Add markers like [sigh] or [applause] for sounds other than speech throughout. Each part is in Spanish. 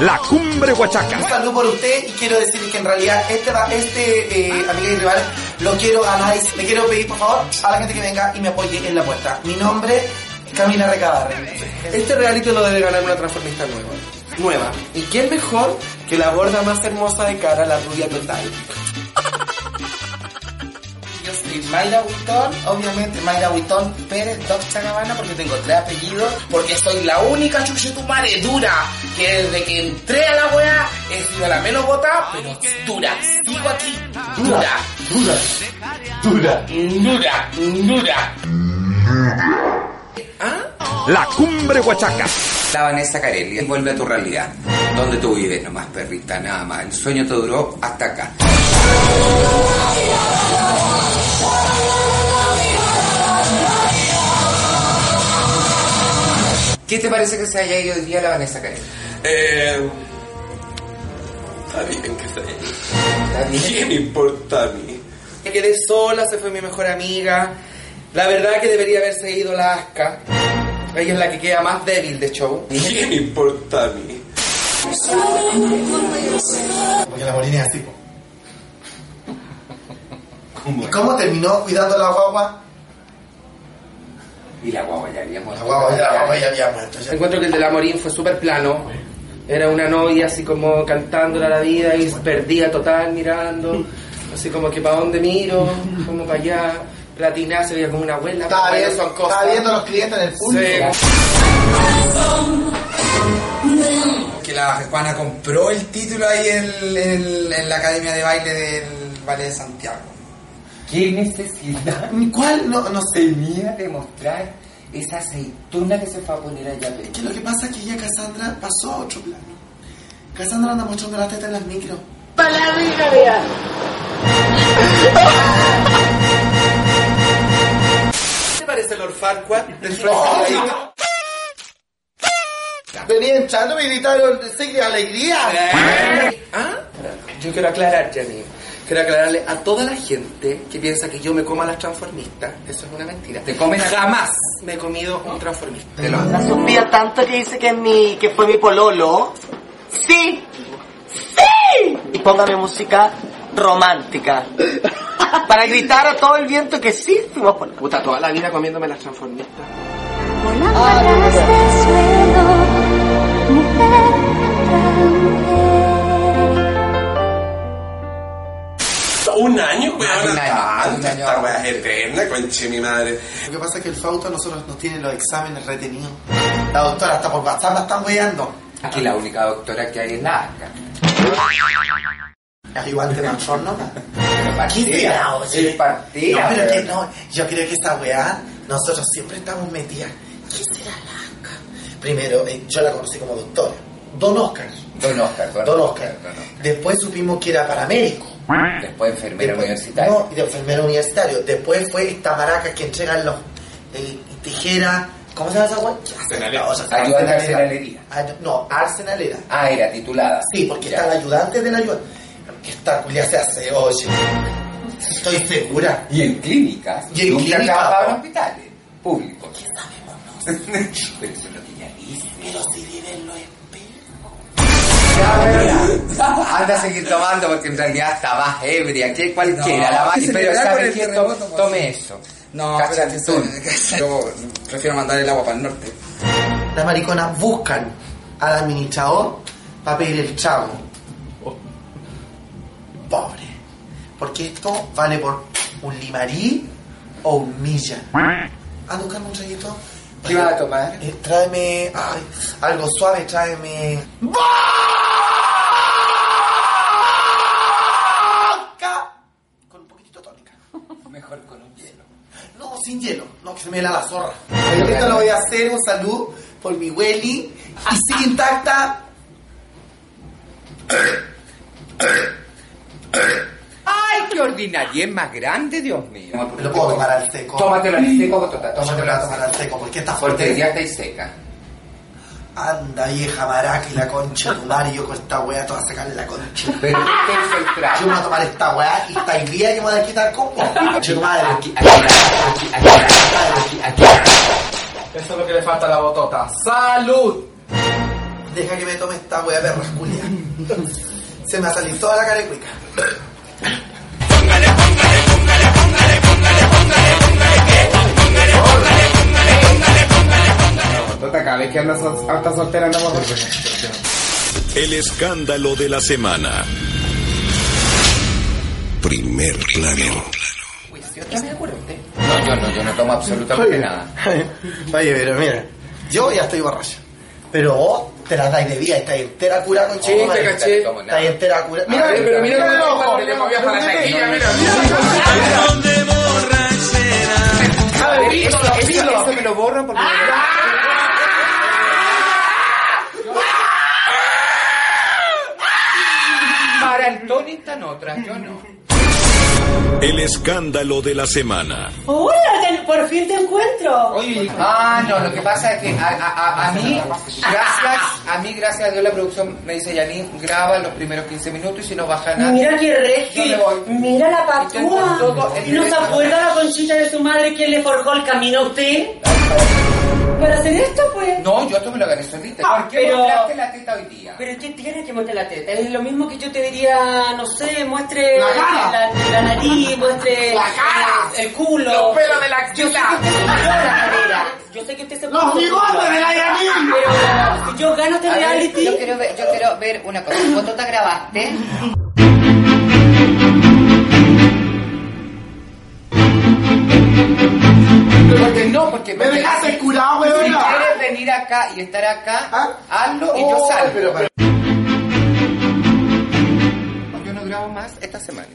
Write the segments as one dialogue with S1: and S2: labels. S1: La cumbre huachaca.
S2: Un saludo por usted y quiero decir que en realidad este, va- este eh, amiga y rival lo quiero a Nice. Le quiero pedir por favor a la gente que venga y me apoye en la apuesta. Mi nombre es Camila Recabarren.
S3: Este reality lo debe ganar una transformista nueva. Nueva. ¿Y quién mejor que la gorda más hermosa de cara, la rubia total?
S2: Yo soy Mayra Huitón, obviamente Mayra Huitón Pérez Doc Chagabana porque tengo tres apellidos, porque soy la única chuchetumare dura que desde que entré a la wea he sido la menos votada, pero dura, sigo aquí, dura, dura, dura, dura, dura. ¿Ah?
S1: La cumbre huachaca.
S4: La Vanessa Carelli, vuelve a tu realidad. Donde tú vives nomás, perrita, nada más. El sueño te duró hasta acá. ¿Qué te parece que se haya ido hoy día la Vanessa Carelli?
S5: Eh, está bien que está bien.
S4: ¿Está
S5: ¿Qué
S4: bien?
S5: me importa a mí?
S3: Me quedé sola, se fue mi mejor amiga. La verdad que debería haberse ido la Asca. Ella es la que queda más débil de show.
S5: ¿Qué me importa a mí?
S2: Porque la Molina es así. [laughs] po. ¿Y cómo terminó cuidando la guagua?
S4: Y la guagua ya había muerto.
S2: La guagua, ya- la guagua ya había muerto. ya.
S3: Encuentro que el de la Morín fue súper plano. Era una novia así como cantándola a la vida y perdida total mirando. Así como que para dónde miro, como para allá. Platina se veía como una abuela.
S2: Estaba
S3: pero
S2: viendo,
S3: son cosas.
S2: estaba viendo a los clientes en el público.
S3: Sí.
S4: Que la Juana compró el título ahí en, en- en la Academia de Baile del Valle de Santiago. ¿Qué necesidad?
S2: ¿Cuál? No, no sé.
S4: tenía de mostrar esa aceituna que se fue a poner allá
S2: Es que lo que pasa es que ya Cassandra pasó a otro plano. Cassandra anda mostrando las tetas en las micro.
S3: ¿Qué te parece Lord Farquaad? del Flash
S2: ¡Ay! Venía entrando, me gritaron, sí, de alegría.
S3: ¿Ah? Yo quiero aclarar, Jenny. Quiero aclararle a toda la gente que piensa que yo me como a las transformistas. Eso es una mentira.
S4: Te comes
S3: jamás. Me he comido un transformista.
S4: Te lo-
S6: La Sofía tanto que dice que, es mi, que fue mi pololo. Sí. Sí. Y póngame música romántica. Para gritar a todo el viento que sí fuimos pololo.
S3: Puta, toda la vida comiéndome las transformistas.
S7: Volando a ras de suelo, mujer tras mujer.
S5: Un año, weón.
S4: Un año, un
S5: Tanta,
S4: año.
S5: esta weá es eterna, conche mi madre.
S2: Lo que pasa es que el Fausto a nosotros nos tiene los exámenes retenidos. La doctora hasta por WhatsApp la están weyando.
S4: Aquí la única doctora que hay es la Arca.
S2: Ah, Igual te transformo.
S4: Aquí
S2: Partida, oye.
S4: Es partida.
S2: No, pero que
S4: weón.
S2: no. Yo creo que esa weá, nosotros siempre estamos metidas. ¿Qué será la Asca? Primero, eh, yo la conocí como doctora. Don Oscar.
S4: Don Oscar, don
S2: Don
S4: Oscar,
S2: Oscar.
S4: don Oscar.
S2: Después supimos que era paramédico.
S4: Después enfermera
S2: Después-
S4: universitaria.
S2: No, y de enfermero universitario. Después fue esta maraca que entregan los eh, tijeras. ¿Cómo se llama esa weá?
S5: Arsenalera.
S4: Ayudante arsenalería.
S2: Ah, No, arsenalera.
S4: Ah, era titulada.
S2: Sí, porque
S4: Ya.
S2: está el ayudante del ayudante. Esta culia se hace, oye. Estoy segura.
S4: Y en clínicas.
S2: Y en
S4: Nunca
S2: clínicas.
S4: trabajaba en hospitales públicos. ¿Qué sabemos? [laughs] pero eso es lo que ella dice.
S2: Pero si viven los espejos.
S4: Anda a seguir tomando porque en realidad está más ebria que cualquiera. la más, pero ¿sabes qué? Tome, tome eso. No, Yo prefiero mandar el agua para el norte.
S2: Las mariconas buscan al administrador para pedir el chavo. Pobre. Porque esto vale por un limarí o un milla. ¿A buscarme un traguito?
S3: ¿Qué vas a tomar?
S2: Eh, tráeme ay, algo suave, tráeme. ¡Vodka! Con un poquitito tónica.
S4: Mejor con un hielo.
S2: No, sin hielo. No, que se me la la zorra. Ahorita lo voy a hacer, un salud por mi Welly. Y sigue intacta.
S3: ¡Ay,
S4: qué ordinariedad más grande, Dios mío.
S2: Lo puedo tomar al seco.
S4: Tómatelo al seco, Totota,
S2: No se me lo
S4: tómatelo
S2: va a
S4: al
S2: tomar
S4: seco.
S2: al seco. ¿Por qué estás
S4: Porque
S2: fuerte?
S4: ya estáis seca.
S2: Anda, vieja maraca y la concha de tu madre. Yo con esta weá te voy a sacar la concha.
S4: Pero este es el
S2: Yo me
S4: trago.
S2: voy a tomar esta weá y esta idea que me voy a quitar como. Concha de tu madre.
S4: Aquí, aquí, aquí, aquí, aquí, aquí, aquí.
S8: Eso es lo que le falta a la botota. ¡Salud!
S2: Deja que me tome esta weá perra, Julia. Se me va a salir toda la carecuica.
S4: Totota, Tota, cada vez que andas sol- andas soltera andamos
S5: El escándalo de la semana. Primer plano.
S4: No, yo no, yo no tomo absolutamente nada.
S2: Oye, pero mira, yo ya estoy borracho. Pero vos te las dais de vida, estáis entera cura con
S8: Sí, te caché.
S4: No tomo
S2: Estáis
S4: nada.
S2: entera cura.
S8: Mira, pero mira
S2: el
S8: cómo
S2: ojo.
S8: cuando le movías para la taquilla, mira.
S4: A ver, eso, eso, eso me lo borran porque... Para Antonio están otras, yo no.
S5: El escándalo de la semana.
S6: ¡Hola! que ¡Por fin te encuentro!
S4: Ah, no, lo que pasa es que a, a- a- a mí, gracias, a mí, gracias a Dios, la producción me dice, Yanin, graba los primeros 15 minutos y si no baja nada.
S6: Mira qué
S4: Yo me
S6: regio,
S4: voy.
S6: mira la
S4: Estoy con todo
S6: patúa.
S4: el
S6: ¿No se
S4: derecho.
S6: acuerda la conchita de su madre que le forjó el camino a usted? Para hacer esto, pues.
S4: No, yo esto me lo gané solita.
S6: Ah,
S4: ¿Por qué
S6: pero-
S4: mostraste la teta hoy día?
S6: Pero ¿qué tienes que mostrar la teta? Es lo mismo que yo te diría, no sé, muestre la, la- la nariz, muestre la cara, el culo. Los pelos de la axila. Yo sé que usted se puso la cadera. Yo sé que usted se Los bigotes de la llanina. Pero si yo gano este reality...
S9: Yo quiero ver, yo quiero ver una cosa. ¿Vos te grabaste?
S4: Porque no, porque...
S2: Me
S8: ah,
S4: porque-
S2: dejaste curado,
S4: Si
S2: weón.
S4: quieres venir acá y estar acá,
S2: ¿Ah?
S4: hazlo y yo
S2: Oh,
S4: salgo.
S2: pero- pero-
S4: Yo no grabo más esta semana.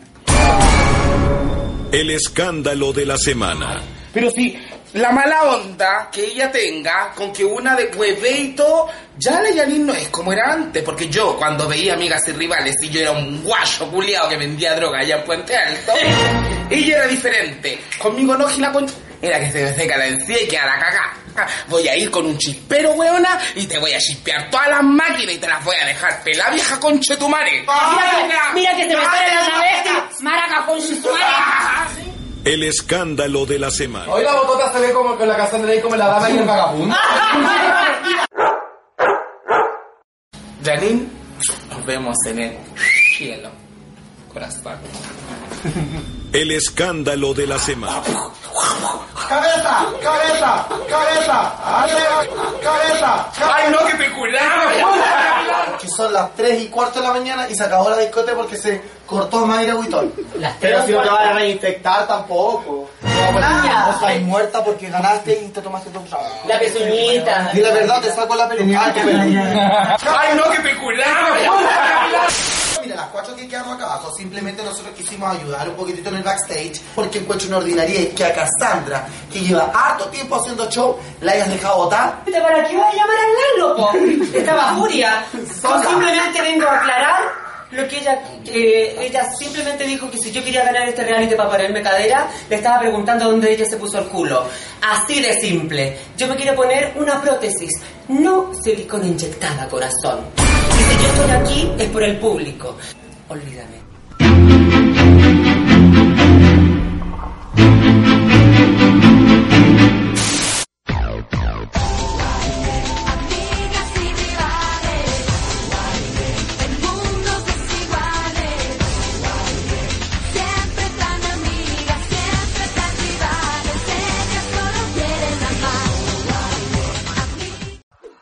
S5: El escándalo de la semana.
S3: Pero si la mala onda que ella tenga con que una de hueve y todo, ya la Yanin no es como era antes. Porque yo, cuando veía amigas y rivales, y yo era un guacho culiado que vendía droga allá en Puente
S6: [laughs]
S3: Alto, ella era diferente. Conmigo no, la con... Era que se me seca la encía y queda la caca. Ah, Voy a ir con un chispero, weona, y te voy a chispear todas las máquinas y te las voy a dejar pelada, vieja conchetumare.
S6: Ah, Mira que- Mira que se me sale la cabeza. Maraca con su
S3: Ah,
S5: El escándalo de la semana.
S8: Hoy la botota se ve como con la canción de ley como la dama y el vagabundo.
S3: Janine, nos vemos en el cielo. Corazón.
S5: El escándalo de la semana.
S2: Cabeza, cabeza, cabeza, arriba, cabeza.
S3: ¡Ay, no, que peculado!
S2: Que son las 3 y cuarto de la mañana y se acabó la discoteca porque se cortó Mayra Huitón. Pero si no te van a reinfectar tampoco. No, estás muerta porque ganaste y te tomaste tu trago.
S6: La pezuñita.
S2: Dile la verdad, te saco la peluca. Ah, qué pena.
S3: ¡Ay, no, que peculado!
S2: Mira, las cuatro que quedamos acá abajo, simplemente nosotros quisimos ayudar un poquitito en el backstage porque encuentro una ordinaria que a Cassandra, que lleva harto tiempo haciendo show, la hayas dejado votar.
S6: ¿Para qué voy a llamar a Lalo, po? Esta bajuria. Yo simplemente vengo a aclarar lo que ella... que ella simplemente dijo que si yo quería ganar este reality para ponerme cadera, le estaba preguntando dónde ella se puso el culo. Así de simple. Yo me quiero poner una prótesis, no silicona inyectada, corazón. Y si yo estoy aquí, es por el público. Olvídame.
S7: Amigas y rivales, en mundos desiguales, siempre tan amigas, siempre tan rivales, ellas solo quieren amar.